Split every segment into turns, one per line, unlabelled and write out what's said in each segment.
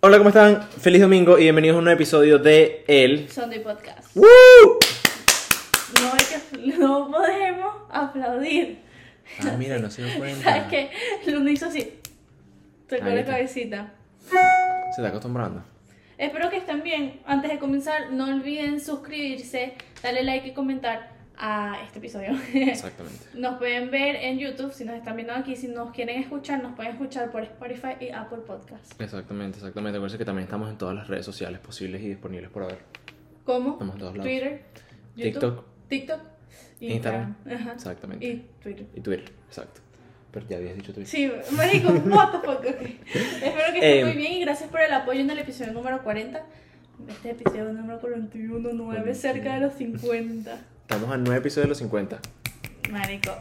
Hola, ¿cómo están? Feliz domingo y bienvenidos a un nuevo episodio de El.
Sunday Podcast.
¡Woo!
No, hay que- no podemos aplaudir.
Ah, mira, no se dio cuenta.
¿Sabes qué? Luno hizo así. Tocó
Ahí
la
está.
cabecita.
Se está acostumbrando.
Espero que estén bien. Antes de comenzar, no olviden suscribirse, darle like y comentar a este episodio.
Exactamente.
Nos pueden ver en YouTube si nos están viendo aquí. Si nos quieren escuchar, nos pueden escuchar por Spotify y Apple Podcasts.
Exactamente, exactamente. Acuérdense que también estamos en todas las redes sociales posibles y disponibles por haber.
Como
Estamos en todos lados.
Twitter, YouTube,
TikTok.
TikTok y
Instagram.
Instagram. Ajá.
Exactamente.
Y
Y...
Twitter.
Twitter, exacto. Pero ya habías dicho Twitter.
Sí, marico, what the fuck, ok. Espero que esté
Eh,
muy bien y gracias por el apoyo en el episodio número 40. Este episodio número 41, 9, cerca de los 50.
Estamos a nueve episodios de los 50.
Marico,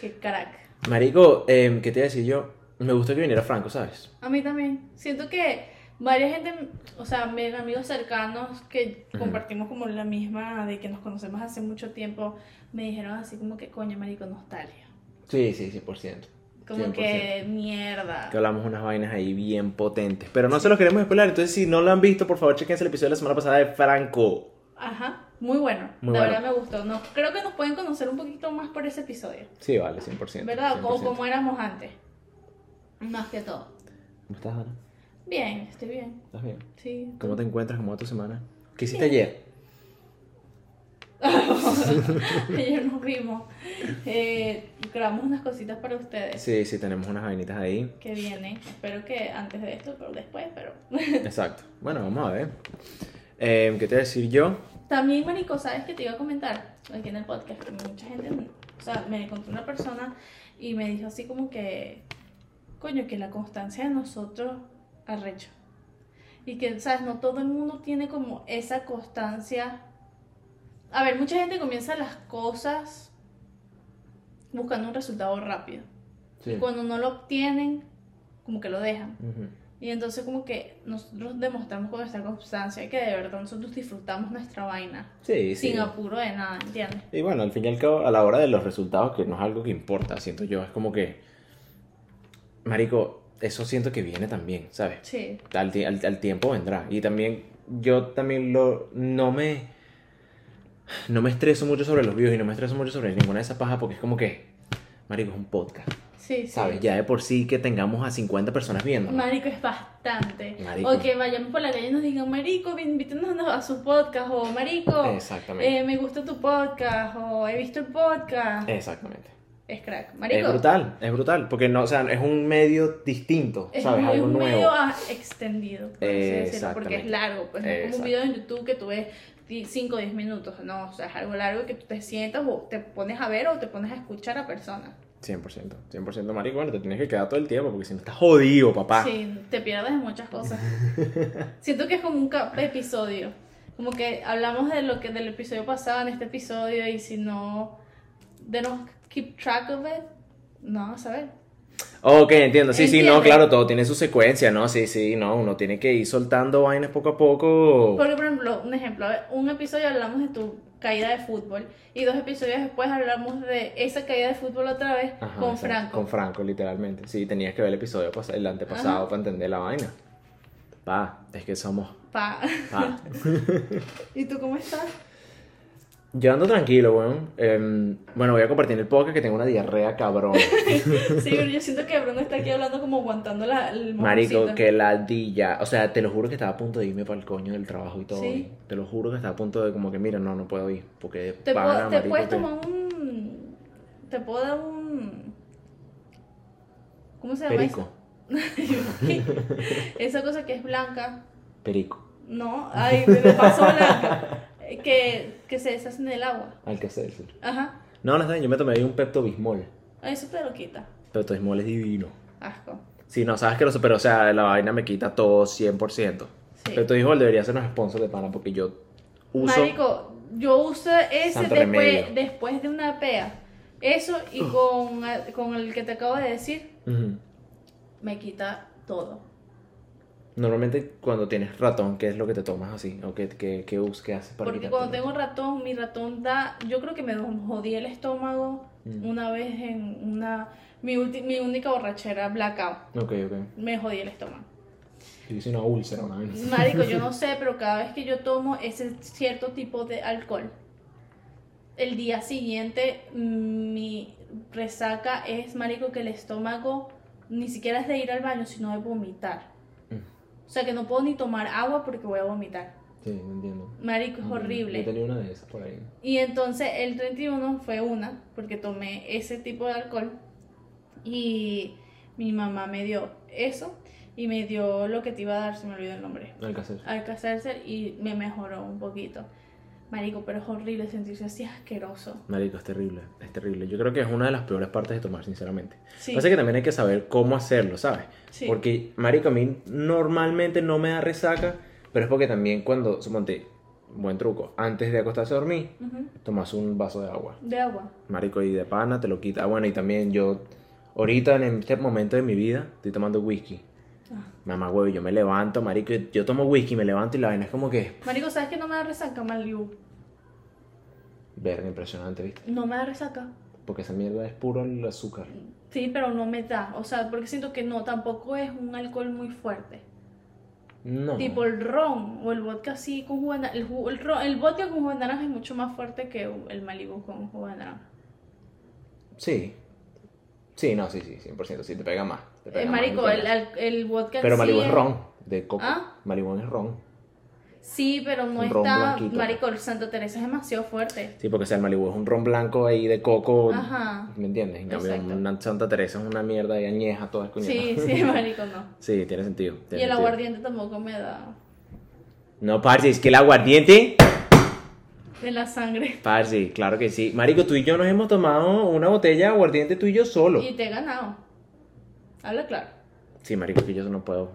qué crack.
Marico, em, ¿qué te iba a decir yo? Me gusta que viniera Franco, ¿sabes?
A mí también. Siento que varias gente, o sea, mis amigos cercanos que
Ujú.
compartimos como la misma de que nos conocemos hace mucho tiempo, me dijeron así como que coño, marico, nostalgia.
Sí, sí, 100%.
Como
100%.
que mierda.
que hablamos unas vainas ahí bien potentes. Pero no se los queremos spoiler, entonces si no lo han visto, por favor, chequense el episodio de la semana pasada de Franco.
Ajá, muy bueno.
Muy
la
bueno.
verdad me gustó. No, creo que nos pueden conocer un poquito más por ese episodio,
Sí, vale, 100%.
¿verdad? O
100%.
como éramos antes. Más que todo.
¿Cómo estás, Ana?
Bien, estoy bien.
¿Estás bien?
Sí.
¿Cómo te encuentras? ¿Cómo va tu semana? ¿Qué hiciste ayer?
Ayer nos vimos. Eh, grabamos unas cositas para ustedes
Sí, sí, tenemos unas vainitas ahí.
que vienen. Espero que antes de esto, pero después, pero.
Exacto. Bueno, vamos a ver. Em, ¿Qué te voy a decir yo?
También, Marico, ¿sabes que te iba a comentar? Aquí en el podcast, que mucha gente, o sea, me encontré una persona y me dijo así como que, coño, que la constancia de nosotros arrecho. Y que, ¿sabes? No todo el mundo tiene como esa constancia. A ver, mucha gente comienza las cosas buscando un resultado rápido.
Sí.
Cuando no lo obtienen, como que lo dejan. Y entonces como que nosotros demostramos con nuestra constancia que de verdad nosotros disfrutamos nuestra vaina
Sí, sí.
sin apuro de nada, ¿entiendes?
Y bueno, al fin y al cabo, a la hora de los resultados, que no es algo que importa, siento yo, es como que, Marico, eso siento que viene también, ¿sabes?
Sí.
al, ti- al- al tiempo vendrá. Y también, yo también lo, no me, no me estreso mucho sobre los views y no me estreso mucho sobre ninguna de esas pajas porque es como que, marico, es un podcast,
Sí, sí.
¿sabes? Ya de por sí que tengamos a 50 personas viendo.
Marico es bastante.
Marico.
O que vayamos por la calle y nos digan, Marico, ven, invítanos a su podcast. O Marico,
Exactamente.
eh, me gusta tu podcast. O he visto el podcast.
Exactamente.
es crack.
Eh, Es
Marico.
brutal, es brutal, porque no, o sea, es un medio distinto,
Es
¿sabes?
muy-
Algo
un
nuevo.
medio ah, extendido, por así decirlo, porque es
Exactamente.
largo. Pues no es como
Exacto.
un video en YouTube que tú ves 5 o 10 minutos, no, o sea, es algo largo que tú te sientas o te pones a ver o te pones a escuchar a personas.
100%, 100% marico, bueno, te tienes que quedar todo el tiempo porque si no estás jodido, papá.
Sí, te pierdes de muchas cosas. Siento que es como un cap- episodio. Como que hablamos de lo que del episodio pasado en este episodio y si no, de no keep track of it, no vas a ver.
Ok, entiendo. Sí, sí, no,
¿Entiendes?
claro, todo tiene su secuencia, ¿no? Sí, sí, no, uno tiene que ir soltando vainas poco a poco.
Porque, por ejemplo, un ejemplo, un episodio hablamos de tu caída de fútbol y dos episodios después hablamos de esa caída de fútbol otra vez
Ajá,
con
exacto,
Franco.
Con Franco, literalmente. Sí, tenías que ver el episodio, pas- el antepasado
Ajá.
para entender la vaina. Pa, es que somos...
Pa.
Pa.
¿Y tú cómo estás?
Yo ando tranquilo, weón. Em, bueno, voy a compartir en el podcast que tengo una diarrea cabrón.
Sí, pero yo siento que Bruno está aquí hablando como aguantando la, el
Marico,
mojoncito.
que ladilla. O sea, te lo juro que estaba a punto de irme para el coño del trabajo y todo.
Sí.
y Te lo juro que estaba a punto de como que, mira, no, no puedo ir. Porque de
Te,
pana,
puedo, te
marico,
puedes
que-
tomar un. Te puedo dar un. ¿Cómo se llama?
Perico.
eso? Esa cosa que es blanca.
Perico.
No, ay, me pasó blanca. Eh, Que, que se deshace en el agua.
Al que hacerse.
Ajá.
No, no está bien, yo me tomé ahí un Pepto Bismol.
Eso te lo quita.
Pepto Bismol es divino.
Asco.
Sí, no, sabes que lo sé, pero o sea, la vaina me quita todo 100%.
Sí.
Pepto Bismol debería ser un sponsor de pana porque yo uso.
Marico, yo uso ese
Santo remedio. Ah.
después, después de una pea. Eso y con, con el que te acabo de decir,
Ujú.
me quita todo.
Normalmente cuando tienes ratón, ¿qué es lo que te tomas así? ¿O qué, qué, qué us- qué haces para
Porque
quitarte
cuando
el
tengo ratón, mi ratón da. Yo creo que me jodí el estómago
Mm.
una vez en una. Mi, ulti- mi única borrachera, blackout.
ratón? Ok, ok.
Me jodí el estómago.
Yo hice una úlcera una vez.
Marico, yo no sé, pero cada vez que yo tomo ese cierto tipo de alcohol, el día siguiente mm, mi resaca es, marico, que el estómago ni siquiera es de ir al baño, sino de vomitar.
Mm.
O sea, que no puedo ni tomar agua porque voy a vomitar.
Sí, no entiendo.
Marico, es
No,
horrible.
Mm, Yo tenía una de esas por ahí.
Y entonces el 31 fue una, porque tomé ese tipo de alcohol. Y mi mamá me dio eso y me dio lo que te iba a dar, se me olvidó el nombre.
No hay que hacer.
Alcacercer y me mejoró un poquito. Marico, pero es horrible sentirse así asqueroso.
Marico, es terrible, es terrible. Yo creo que es una de las peores partes de tomar, sinceramente.
Sí.
Pasa que también hay que saber cómo hacerlo, ¿sabes?
Sí.
Porque, marico, a mí normalmente no me da resaca, pero es porque también cuando, suponte, buen truco, antes de acostarse a dormir,
Ujú.
tomas un vaso de agua.
De agua.
Marico, y de pana te lo quita. Ah, bueno, y también yo, ahorita en este momento de mi vida, estoy tomando whisky.
Ah.
Mamá, huevo, yo me levanto, marico, yo tomo whisky, me levanto y la vaina es como que,
Marico, ¿sabes que no me da resaca, Malibu?
verga, impresionante, ¿viste?
No me da resaca.
Porque esa mierda es puro el azúcar.
Sí, pero no me da. O sea, porque siento que no, tampoco es un alcohol muy fuerte.
No.
Tipo el ron o el vodka así con jugo de naranja. El, jugo- el ron- el vodka con jugo de naranja es mucho más fuerte que el Malibu con jugo de naranja.
Sí. Sí, no, sí, sí, 100%, sí, te pega más. te pega
Eh,
más
marico,
coñazo.
el, al- el vodka en
Pero
sí
Malibu es ron, de coco.
¿Ah?
Malibu es ron.
Sí, pero no
Un ron
está.
blanquito.
Marico, el Santa Teresa es demasiado fuerte.
Sí, porque o sea, el Malibu es un ron blanco ahí de coco.
Ajá.
¿Me entiendes? En cambio,
Exacto.
una Santa Teresa es una mierda ahí añeja, toda escuñada.
Sí, sí, marico, no.
Sí, tiene sentido.
Y
tiene
el
sentido.
aguardiente tampoco me da.
No, parce, es que el aguardiente.
De la sangre.
Parce, claro que sí. Marico, tú y yo nos hemos tomado una botella de aguardiente tú y yo solo.
Y te he ganado. Habla claro.
Sí, marico, que yo no puedo.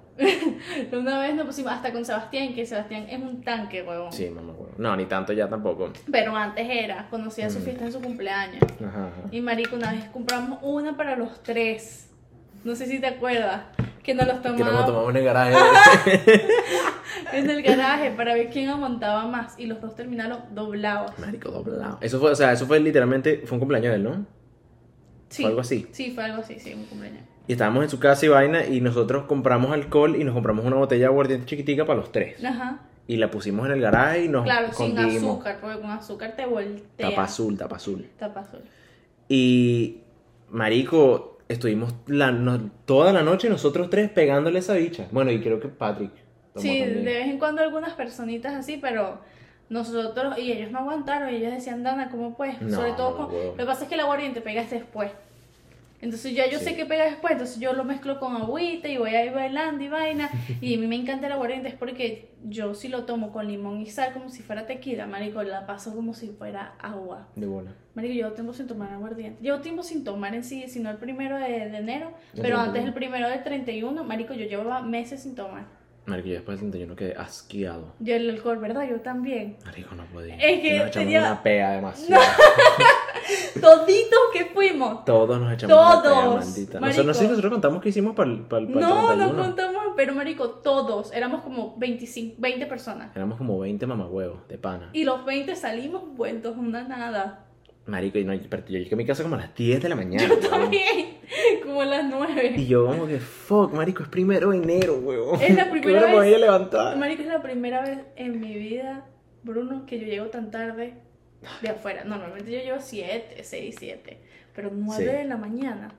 Una vez nos pusimos hasta con Sebastián, que Sebastián es un tanque, huevón.
Sí, mamá, huevo. No, ni tanto ya tampoco.
Pero antes era, conocía
Mm.
su fiesta en su cumpleaños.
Ajá, ajá.
Y marico, una vez compramos una para los tres. No sé si te acuerdas. Que nos los
Que no hemos
tomamos
tomado en el garaje.
en el garaje para ver quién aguantaba más. Y los dos terminaron doblados.
Marico, doblado. Eso fue, o sea, eso fue literalmente, fue un cumpleaños de él, ¿no?
Sí.
Fue algo así.
Sí, fue algo así, sí, un cumpleaños.
Y estábamos en su casa y vaina y nosotros compramos alcohol y nos compramos una botella de aguardiente chiquitica para los tres.
Ajá.
Y la pusimos en el garaje y nos
Claro, sin
escondimos.
azúcar, porque con azúcar te voltea.
Tapa azul, tapa azul.
Tapa azul.
Y, marico, estuvimos la- no- toda la noche nosotros tres pegándole a esa bicha. Bueno, y creo que Patrick. tomó
Sí,
también.
de vez en cuando algunas personitas así, pero nosotros, y ellos no aguantaron, y ellos decían, Dana, ¿cómo puedes?
No,
Sobre todo
no,
con...
huevón.
Lo que pasa es que el aguardiente pegas después. Entonces ya yo
Sí.
sé que pega después, entonces yo lo mezclo con agüita y voy ahí bailando y vaina. Y a mí me encanta el aguardiente, es porque yo si lo tomo con limón y sal como si fuera tequila, marico, la paso como si fuera agua.
De bola.
Marico, llevo tiempo sin tomar aguardiente. Llevo tiempo sin tomar en sí, sino el primero de, de enero,
El
pero antes
31.
el primero del 31, marico, yo llevaba meses sin tomar.
Marico, yo después del 31 quedé asqueado.
Yo el alcohol, ¿verdad? Yo también.
Marico, no podía.
Es que
Y nos echamos
tenía-
una pea demasiado.
Toditos que fuimos.
Todos nos echamos una pea,
Todos,
maldita. No
marico.
sé, no sé si nosotros contamos que hicimos para el, para el- para el
No,
31.
no contamos, pero marico, todos. Éramos como 25, 20 personas.
Éramos como 20 mamagüevos de pana.
Y los 20 salimos vueltos una nada.
Marico, y no, pero yo llegué a mi casa como a las 10 de la mañana.
Yo
weón.
también, como a las 9.
Y yo como que, fuck, marico, es primero de enero, weón.
Es la
¿Qué
primera
hora me voy a
vez.
levantar?
Marico, es la primera vez en mi vida, Bruno, que yo llego tan tarde de afuera. Normalmente yo llevo 7, 6, 7. Pero 9
Sí.
de la mañana.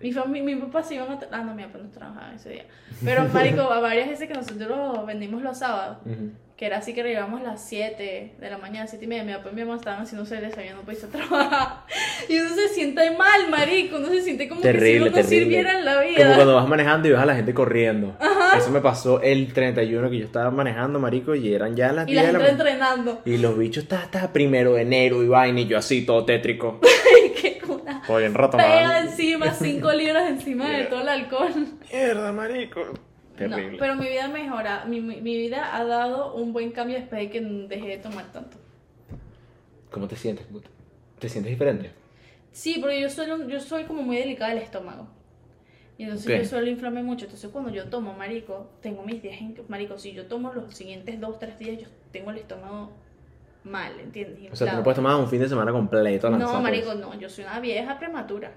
Mi, fami- mi papá se iban a... tra- Ah, no, mi papá no trabajaba ese día. Pero, marico, varias veces que nosotros vendimos los sábados,
Ujú.
que era así que llegamos a las 7 de la mañana, 7 y media, mi papá y mi mamá estaban haciéndose el desayuno para irse a trabajar. Y uno se siente mal, marico, uno se siente como que si
Terrible,
uno no
terrible.
sirviera en la
Como
vida.
cuando vas manejando y ves a la gente corriendo. Eso me pasó el 31 que yo estaba manejando, marico, y eran ya las
Y la
10 de la
gente
mañana.
entrenando.
Y los bichos, ta, ta, primero de enero y vaina, y yo así, todo tétrico.
Y que con una
Oye, en rato,
pega
madre.
encima, 5 libras encima de
Yeah.
todo el alcohol.
Mierda, marico. Terrible.
No, pero mi vida mejora, mi, mi mi vida ha dado un buen cambio después de que dejé de tomar tanto.
¿Cómo te sientes? puta? ¿Te sientes diferente?
Sí, porque yo suelo, yo soy como muy delicada del estómago. Y entonces
Ok.
yo suelo inflamarme mucho. Entonces cuando yo tomo, marico, tengo mis días en que, marico, si yo tomo los siguientes dos, tres días, yo tengo el estómago mal, ¿entiendes?
O sea, tú no
Inflado.
puedes tomar un fin de semana completo.
No,
lanzado.
marico, no, yo soy una vieja prematura.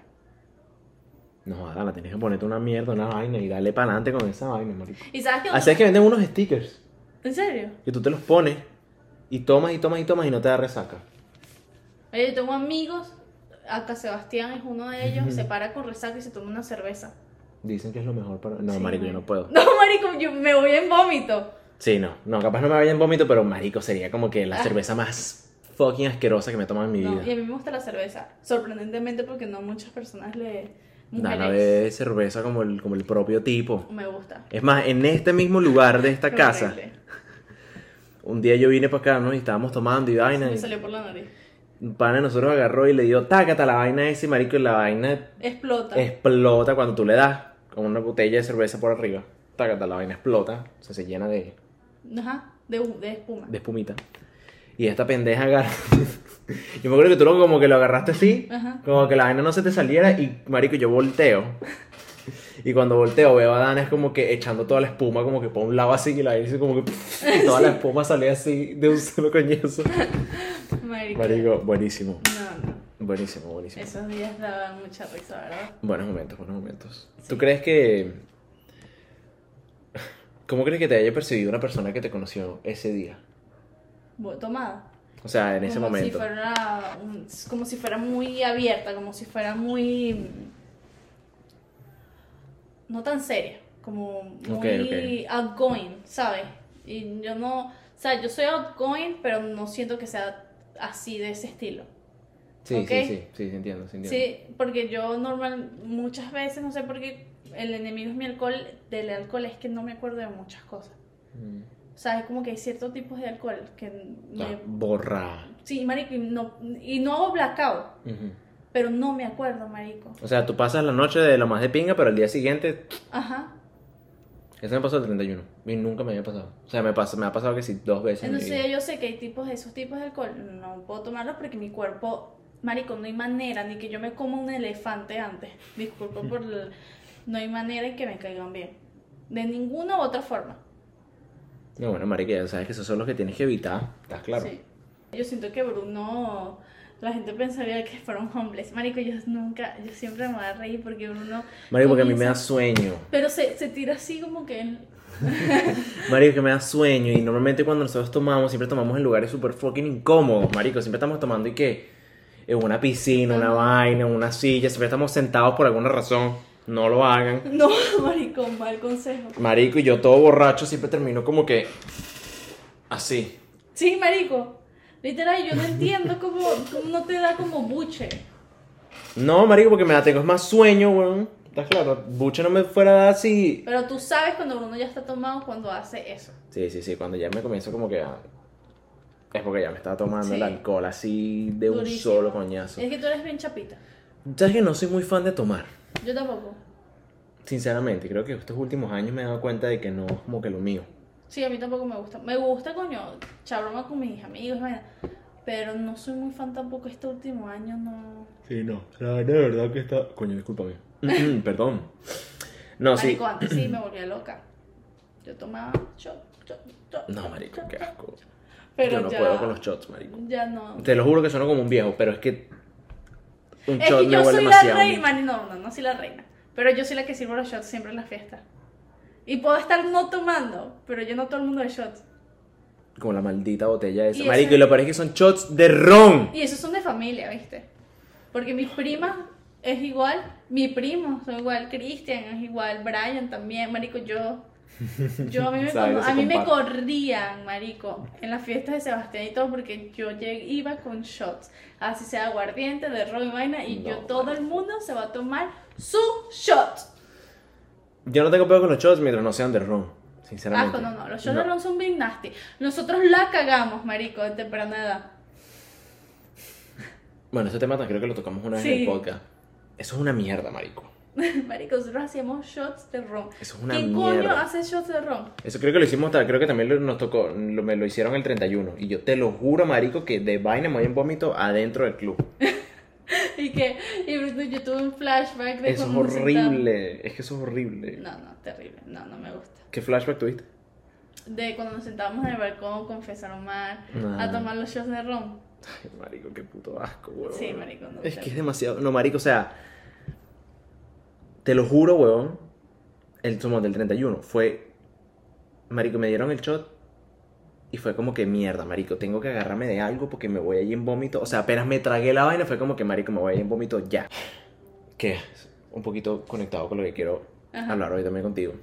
No, joda, la tienes que ponerte una mierda, una vaina y dale para adelante con esa vaina, marico.
Y sabes que...
Así es que venden unos stickers
¿En serio?
que tú te los pones y tomas y tomas y tomas y no te da resaca.
Oye, yo tengo amigos, acá Sebastián es uno de ellos,
Ujú.
se para con resaca y se toma una cerveza.
Dicen que es lo mejor para. No,
Sí.
marico, yo no puedo.
No, marico, yo me voy en vómito.
Sí, no. No, capaz no me vaya en vómito, pero marico sería como que la
Ah.
cerveza más fucking asquerosa que me he tomado en mi
No, y a
vida.
mí me gusta la cerveza, sorprendentemente porque no muchas personas le...
Dana
Mujeres,
bebe cerveza como el, como el propio tipo.
me gusta.
Es más, en este mismo lugar de esta casa,
Horrible.
un día yo vine para acá, ¿no? Y estábamos tomando y vaina.
Me
Y
salió por la nariz.
un pana de nosotros agarró y le dio tácata la vaina ese, marico, y la vaina
Explota.
explota cuando tú le das con una botella de cerveza por arriba. Tácata, la vaina explota, o sea, se llena de,
Ajá, de, de espuma.
de espumita. Y esta pendeja agarra. yo me acuerdo que tú lo- como que lo agarraste así,
Ajá.
como que la vaina no se te saliera, y marico, yo volteo. Y cuando volteo veo a Dana es como que echando toda la espuma como que por un lado así y la vaina hizo como que y toda la espuma salía así de un solo coñazo.
Marico.
Marico, buenísimo.
No, no.
Buenísimo, buenísimo.
Esos días daban mucha risa, ¿verdad?
Buenos momentos, buenos momentos. ¿Tú crees que... ¿Cómo crees que te haya percibido una persona que te conoció ese día?
Bu- Tomada.
O sea, en ese
como Si
momento.
fuera un- como si fuera muy abierta, como si fuera muy. mm, No tan seria, como muy outgoing, ¿sabes? Y yo no. O sea, yo soy outgoing, pero no siento que sea así de ese estilo.
Sí,
ok.
sí, sí, sí, sí, entiendo, sí, entiendo.
Sí, porque yo normal, muchas veces, no sé por qué, el enemigo es mi alcohol, del alcohol es que no me acuerdo de muchas cosas.
Mm.
O sea, es como que hay ciertos tipos de alcohol que me-
Ah, borra.
Sí, marico, y no, y no hago blackout,
Ujú.
pero no me acuerdo, marico.
O sea, tú pasas la noche de lo más de pinga, pero al día siguiente...
Ajá.
Eso me pasó el 31. Y nunca me había pasado. O sea, me, pasa, me ha pasado que sí, dos veces. en mi
Entonces
vida.
ya yo sé que hay tipos de esos tipos de alcohol, no puedo tomarlos porque mi cuerpo, marico, no hay manera, ni que yo me coma un elefante antes. Disculpa por el- No hay manera en que me caigan bien. De ninguna u otra forma.
No, bueno, marica, ya sabes que esos son los que tienes que evitar. Estás claro.
Sí. Yo siento que Bruno, la gente pensaría que fueron hombres. Marico, yo nunca, yo siempre me voy a reír porque Bruno...
Marico, porque a mí me
comienza-
da sueño.
Pero se, se tira así como que...
Marico, que me da sueño y normalmente cuando nosotros tomamos, siempre tomamos en lugares super fucking incómodos, marico. Siempre estamos tomando y que en una piscina, una
Ajá.
vaina, en una silla, siempre estamos sentados por alguna razón. No lo hagan.
No, marico, mal consejo.
Marico, y yo todo borracho siempre termino como que así.
Sí, marico. Literal, yo no entiendo cómo, cómo no te da como buche.
No, marico, porque me da tengo es más sueño, weón. ¿Estás claro? Buche no me fuera a dar si...
Pero tú sabes cuando Bruno ya está tomado cuando hace eso.
Sí, sí, sí, cuando ya me comienzo como que a- Es porque ya me estaba tomando
Sí.
el alcohol así de un
Durísimo. Eh.
solo coñazo.
Es que tú eres bien chapita.
¿Sabes que no soy muy fan de tomar?
Yo tampoco.
Sinceramente, creo que estos últimos años me he dado cuenta de que no es como que lo mío.
Sí, a mí tampoco me gusta. Me gusta, coño, echar broma con mis amigos, vaina. Pero no soy muy fan tampoco este último año, no.
Sí, no. La vaina de verdad que está. Coño, discúlpame. Perdón. No, sí.
marico, antes sí me volvía loca. Yo tomaba shot, shot, shot,
No,
shot,
marico,
shot,
qué
shot.
asco.
Pero
Yo no
ya,
puedo con los shots, marico.
Ya no.
Te lo juro que sueno como un viejo, pero es que. Un
Es
shot
que
me
Eh, yo
huele
soy
demasiado.
la reina, Mani, no, no, no soy la reina. Pero yo soy la que sirvo los shots siempre en las fiestas. Y puedo estar no tomando, pero yo no todo el mundo de shots.
Como la maldita botella esa.
Y
marico,
ese-
y lo peor es que son shots de ron.
Y esos son de familia, ¿viste? Porque mis primas es igual, mi primo son igual, Cristian es igual, Brian también, marico, yo... Yo a mí, me,
Sabe,
cono-
no se
a mí me
compara.
corrían, marico, en las fiestas de Sebastián y todo, porque yo lleg- iba con shots, así sea aguardiente, de ron y vaina, y
No,
yo todo el mundo se va a tomar su shot.
Yo no tengo peor con los shots mientras no sean de ron. Sinceramente.
Asco, no, no, los shots de ron son bien nasty. Nosotros la cagamos, marico, de temprana edad.
Bueno, ese tema creo que lo tocamos una vez en
Sí.
el podcast. Eso es una mierda, marico.
marico, nosotros hacíamos shots de ron.
Eso es una
¿Quién
mierda.
coño hace shots de ron?
Eso creo que lo hicimos, creo que también lo- nos tocó, lo- me lo hicieron el 31. Y yo te lo juro, marico, que de vaina me voy en vómito adentro del club.
Y que y Bruno, yo tuve un flashback de
Eso es
cómo nos sentamos.
horrible, es que eso es horrible.
No, no, terrible. No, no me gusta.
¿Qué flashback tuviste?
De cuando nos sentábamos en el balcón, confesar a Omar,
No.
a tomar los shots de ron.
Ay, marico, qué puto asco, weón.
Sí, marico, no
Es
te-
que es demasiado, no, marico, o sea, Te lo juro, weón. El somos del 31 fue. Marico, me dieron el shot. Y fue como que mierda, marico, tengo que agarrarme de algo porque me voy a ir en vómito. O sea, apenas me tragué la vaina, fue como que, marico, me voy a ir en vómito ya. Que es un poquito conectado con lo que quiero
Ajá.
hablar hoy también contigo.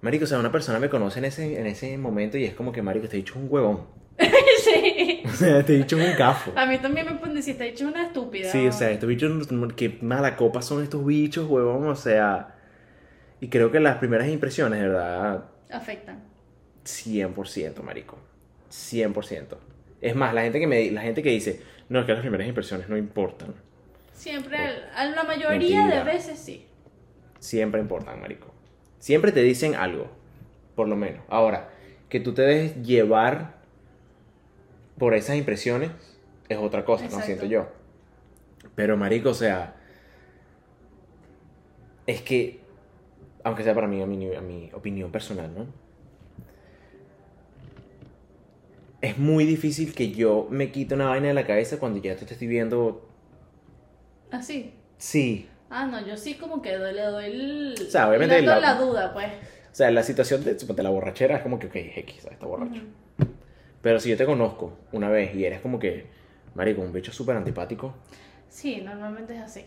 Marico, o sea, una persona me conoce en ese, en ese momento y es como que, marico, te he dicho un huevón.
sí.
O sea, te he dicho un gafo.
A mí también me ponen, si te he hecho una estúpida.
Sí, o sea, estos bichos, qué mala copa son estos bichos, huevón, o sea. Y creo que las primeras impresiones, de verdad,
Afectan.
100%, marico. 100%. Es más, la gente que me la gente que dice, "No, es que las primeras impresiones no importan."
Siempre, al- a la mayoría
Mentira.
de veces sí.
Siempre importan, marico. Siempre te dicen algo, por lo menos. Ahora, que tú te dejes llevar por esas impresiones es otra cosa, no
Exacto.
siento yo. Pero marico, o sea, es que aunque sea para mí a mi, a mi opinión personal, ¿no? Es muy difícil que yo me quite una vaina de la cabeza cuando ya te estoy viendo.
Así.
Sí,
Ah, no, yo sí como que doy- le doy el...
O sea, obviamente
le doy
la-
la... duda, pues.
O sea, la situación de, suponte, la borrachera es como que, ok, X, está borracho. Pero si yo te conozco una vez y eres como que, marico, un bicho súper antipático.
Sí, normalmente es así.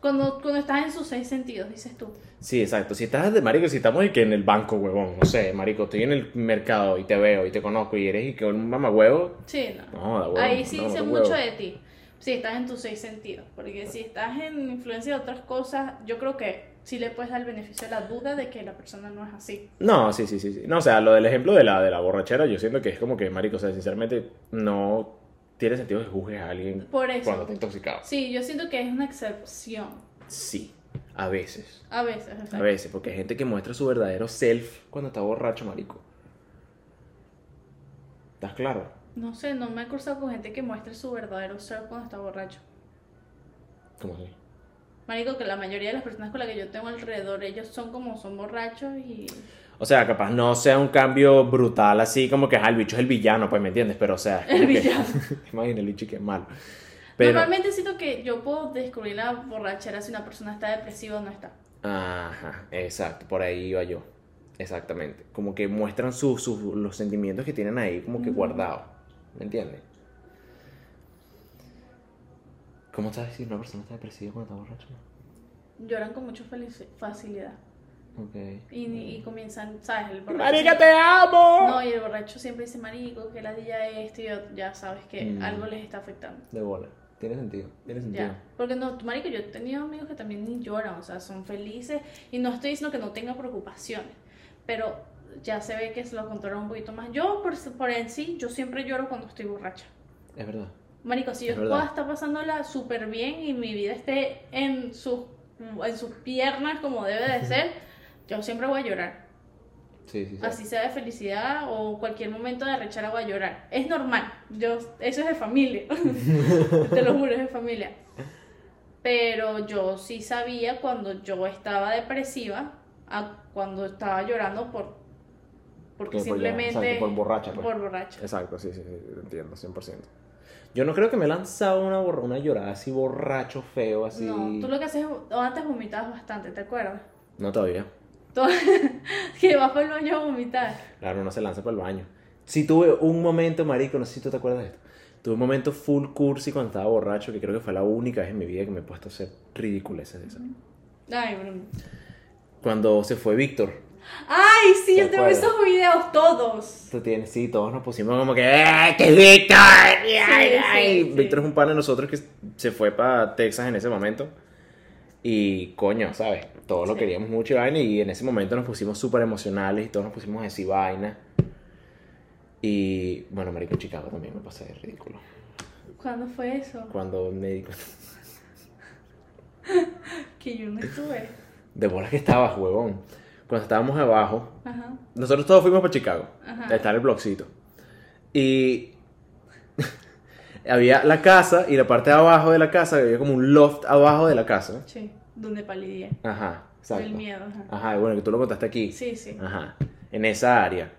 Cuando, cuando estás en sus seis sentidos, dices tú.
Sí, exacto. Si estás de marico, si estamos y que en el banco, huevón, no sé, marico, estoy en el mercado y te veo y te conozco y eres y que un mamagüevo.
Sí, no.
No, da huevo.
Ahí sí
no,
dice
da
mucho
huevo.
de ti. Si estás en tus seis sentidos. Porque si estás en influencia de otras cosas, yo creo que sí le puedes dar el beneficio a la duda de que la persona no es así.
No, sí, sí, sí, sí. No, o sea, lo del ejemplo de la, de la borrachera, yo siento que es como que, marico, o sea, sinceramente, no tiene sentido que juzgues a alguien
Por eso.
cuando está intoxicado.
Sí, yo siento que es una excepción.
Sí, a veces.
A veces. o sea,
A veces, porque hay gente que muestra su verdadero self cuando está borracho, marico. ¿Estás claro?
No sé, no me he cruzado con gente que muestre su verdadero ser cuando está borracho.
¿Cómo así?
Marico, que la mayoría de las personas con las que yo tengo alrededor, ellos son como son borrachos y...
O sea, capaz no sea un cambio brutal así como que, ah, el bicho es el villano, pues, ¿me entiendes? Pero, o sea... es
El
como que-
villano.
Imagina, el bicho que es malo. Pero...
Normalmente siento que yo puedo descubrir la borrachera si una persona está depresiva o no está.
Ajá, exacto, por ahí iba yo. Exactamente. Como que muestran sus sus- los sentimientos que tienen ahí, como que
Ujú.
guardados. ¿Me entiendes? ¿Cómo sabes si una persona está depresiva cuando está borracho?
Lloran con mucha felici- facilidad.
Ok.
Y, y comienzan, ¿sabes? El borracho
¡Marica, te amo!
No, y el borracho siempre dice, marico, que la día esto y yo- ya sabes que
Mm.
algo les está afectando.
De bola. Tiene sentido. Tiene sentido.
Ya. Porque no, marico, yo he tenido amigos que también ni lloran, o sea, son felices. Y no estoy diciendo que no tengan preocupaciones, pero ya se ve que se lo controlan un poquito más. Yo, por, por en sí, yo siempre lloro cuando estoy borracha.
Es verdad.
Marico, si yo
Es verdad.
puedo estar pasándola súper bien y mi vida esté en sus, en sus piernas como debe de ser, yo siempre voy a llorar.
Sí, sí, sí.
Así sea de felicidad o cualquier momento de rechera voy a llorar. Es normal. Yo, eso es de familia. Te lo juro, es de familia. Pero yo sí sabía cuando yo estaba depresiva a cuando estaba llorando por porque
Que por llorar,
simplemente
exacto, por borracha, pues.
por borracha.
Exacto, sí, sí, sí. te Entiendo, 100%. Yo no creo que me he lanzado una, borra- una llorada así borracho, feo, así.
No, tú lo que haces es- antes vomitabas bastante, ¿te acuerdas?
No, todavía.
Todo- que vas por el baño a vomitar.
Claro, uno se lanza para el baño. Sí tuve un momento, marico, no sé si tú te acuerdas de esto. Tuve un momento full cursi cuando estaba borracho, que creo que fue la única vez en mi vida que me he puesto a hacer ridiculeces de esas.
Ay, Bruno.
Cuando se fue Víctor,
Ay, sí,
¿Te
yo tengo
acuerdas?
esos videos todos.
Tú tienes, sí, todos nos pusimos como que, ¡eh, que Víctor! ¡Ay,
sí,
ay!
sí.
Víctor es un pan de nosotros que se fue para Texas en ese momento. Y coño, ¿sabes? Todos lo
Sí.
queríamos mucho y vaina. Y en ese momento nos pusimos súper emocionales y todos nos pusimos a decir vaina. Y bueno, Marico en Chicago también me pasé de ridículo.
¿Cuándo fue eso?
Cuando me di cuenta
Que yo no estuve.
de bolas que estabas, huevón. Cuando estábamos abajo,
Ajá.
Nosotros todos fuimos para Chicago.
Ajá.
Está en el blogcito. Y había la casa y la parte de abajo de la casa, había como un loft abajo de la casa.
Sí, donde palidé.
Ajá, exacto. Ah.
Del miedo. Ajá.
Ajá, bueno, que tú lo contaste aquí.
Sí, sí.
Ajá, en esa área.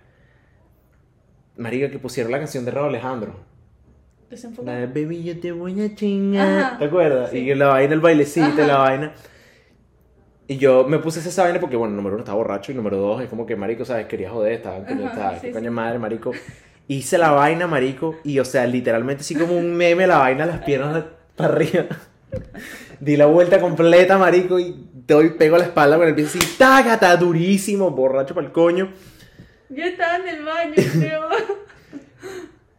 Marica, que pusieron la canción de Raúl Alejandro. La
desenfocada.
de baby, yo te voy a chingar.
Ajá.
¿Te acuerdas?
Sí.
Y la vaina, el bailecito,
Ajá.
la vaina. Y yo me puse esa vaina porque, bueno, número uno estaba borracho y número dos es como que, marico, ¿sabes? Quería joder, estaba,
Ajá,
estaba
sí,
qué
sí.
coño de madre, marico. Hice la vaina, marico, y, o sea, literalmente así como un meme, la vaina, las piernas para arriba. Di la vuelta completa, marico, y doy pego a la espalda con el pie así, tágata, durísimo, borracho para el coño.
Yo estaba en el baño, creo.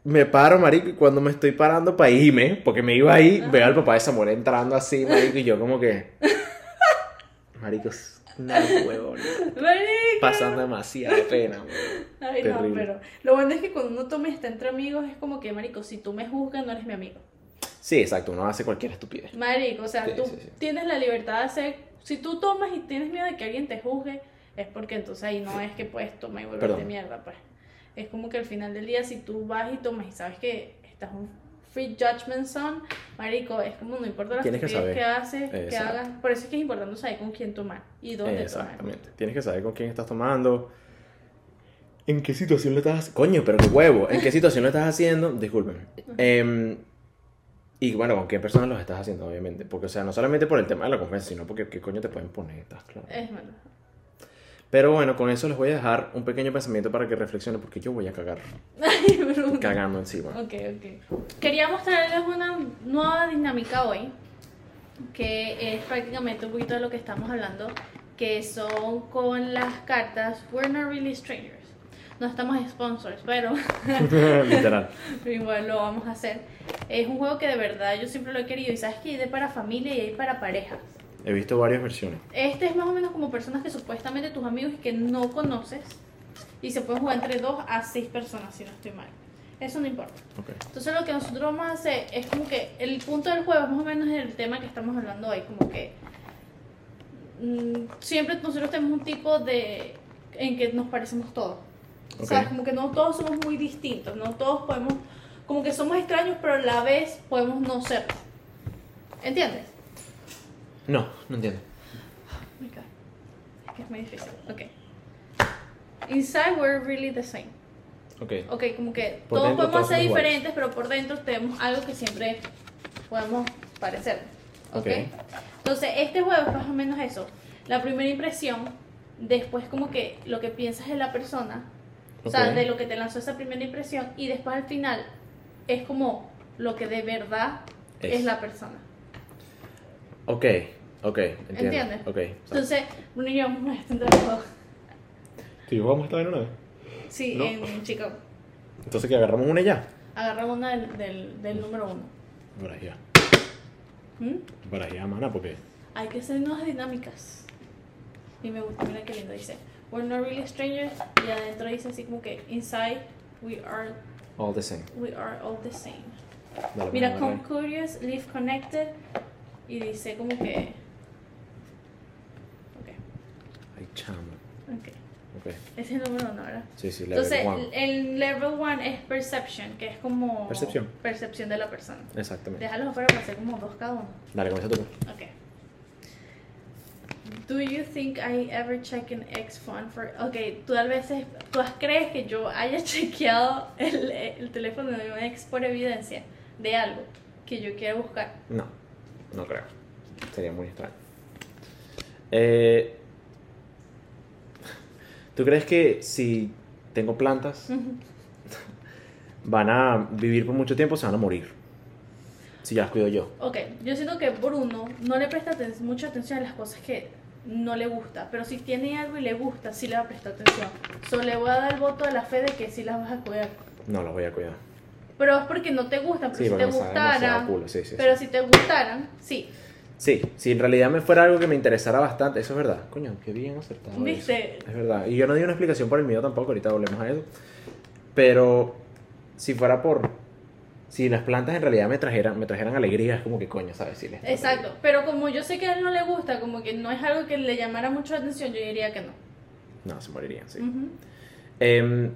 Me paro, marico, y cuando me estoy parando para irme, porque me iba ahí,
Ajá.
veo al papá de Samuel entrando así, marico, y yo como que... Marico, es una huevona.
Marica.
Pasando demasiada pena, güey.
Ay, no,
Terrible.
pero lo bueno es que cuando uno toma y está entre amigos es como que, marico, si tú me juzgas, no eres mi amigo.
Sí, exacto, uno hace cualquier estupidez.
Marico, o sea,
Sí,
tú
sí, sí.
tienes la libertad de hacer. Si tú tomas y tienes miedo de que alguien te juzgue, es porque entonces ahí no es que puedes tomar y volverte
Perdón.
mierda, pues. Es como que al final del día, si tú vas y tomas y sabes que estás un free judgment zone, marico, es como no importa las
Tienes que saber.
actividades que haces, que
Exacto.
hagas. Por eso es que es importante saber con quién tomar y dónde tomar.
Exactamente. Tienes que saber con quién estás tomando. ¿En qué situación lo estás haciendo? Coño, pero qué huevo. ¿En qué situación lo estás haciendo? Disculpen. Em, y bueno, con qué personas los estás haciendo, obviamente. Porque, o sea, no solamente por el tema de la confianza, sino porque qué coño te pueden poner, estás claro.
Es verdad.
Pero bueno, con eso les voy a dejar un pequeño pensamiento para que reflexionen, porque yo voy a cagar.
Ay, Bruno.
Cagando encima.
Ok, ok. Quería mostrarles una nueva dinámica hoy, que es prácticamente un poquito de lo que estamos hablando, que son con las cartas We're Not Really Strangers. No estamos sponsors, pero
Literal.
igual lo vamos a hacer. Es un juego que de verdad yo siempre lo he querido y sabes que hay de para familia y hay para parejas.
He visto varias versiones.
Este es más o menos como personas que supuestamente tus amigos y que no conoces y se puede jugar entre dos a seis personas, si no estoy mal. Eso no importa.
Ok.
Entonces lo que nosotros vamos a hacer es como que el punto del juego es más o menos el tema que estamos hablando hoy, como que mm, siempre nosotros tenemos un tipo de en que nos parecemos todos. O sea,
Ok.
como que no todos somos muy distintos, no todos podemos, como que somos extraños, pero a la vez podemos no serlo. ¿Entiendes?
No, no entiendo.
Oh my God. Es que es muy difícil. Ok. Inside we're really the same.
Ok.
Ok, como que
Por
todos
dentro
podemos
todos
ser
somos iguales.
diferentes, pero por dentro tenemos algo que siempre podemos parecer.
Ok.
Okay. Entonces, este juego es más o menos eso. La primera impresión, después como que lo que piensas de la persona, o sea,
Ok.
de lo que te lanzó esa primera impresión, y después al final es como lo que de verdad es,
Es.
la persona.
Ok, ok. Entiendo.
¿Entiendes?
Ok.
Entonces, Bruno y yo vamos a estar en trabajo.
¿Tú y yo vamos a estar en una vez?
Sí,
No.
en Chicago.
Entonces que agarramos una y ya.
Agarramos una del, del, del número uno.
Barajea.
¿Mm?
Barajea, mana, porque.
Hay que hacer nuevas dinámicas. Y me gusta, mira qué lindo dice. We're not really strangers. Y adentro dice así como que inside we are
All the same.
we are all the same.
Dale,
Mira,
pues,
come
dale.
curious, live connected. Y dice como que. Ok,
Ay, chamo.
ok.
Ok.
Ese es el número uno, ¿verdad?
Sí, sí, level
Entonces,
one.
el level one es perception, que es como.
Percepción.
Percepción de la persona.
Exactamente.
Déjalos afuera para hacer como dos cada uno.
Dale, comienza tú.
Okay. Do you think I ever check an ex phone for? Okay, tú a veces, tú has- crees que yo haya chequeado el, el teléfono de un ex por evidencia de algo que yo quiero buscar.
No, no creo. Sería muy extraño. Eh, ¿Tú crees que si tengo plantas van a vivir por mucho tiempo, se van a morir? Si ya las cuido yo.
Ok, yo siento que Bruno no le presta aten- mucha atención a las cosas que no le gusta, pero si tiene algo y le gusta, sí le va a prestar atención. Solo le voy a dar el voto de la fe de que sí las vas a cuidar.
No las voy a cuidar.
Pero es porque no te gustan, pero
Sí,
si te
porque me sabe demasiado
gustaran,
culo. Sí, sí, sí.
pero si te gustaran, sí,
Sí, si en realidad me fuera algo que me interesara bastante, eso es verdad. Coño, qué bien acertado. eso.
¿Viste?
Es verdad. Y yo no di una explicación por el miedo tampoco, ahorita volvemos a eso. Pero si fuera por. Si las plantas en realidad me trajeran, me trajeran alegría, es como que coño, ¿sabes? Si les-
Exacto, pero como yo sé que a él no le gusta, como que no es algo que le llamara mucho la atención, yo diría que no.
No, se morirían, sí.
Ujú.
Em,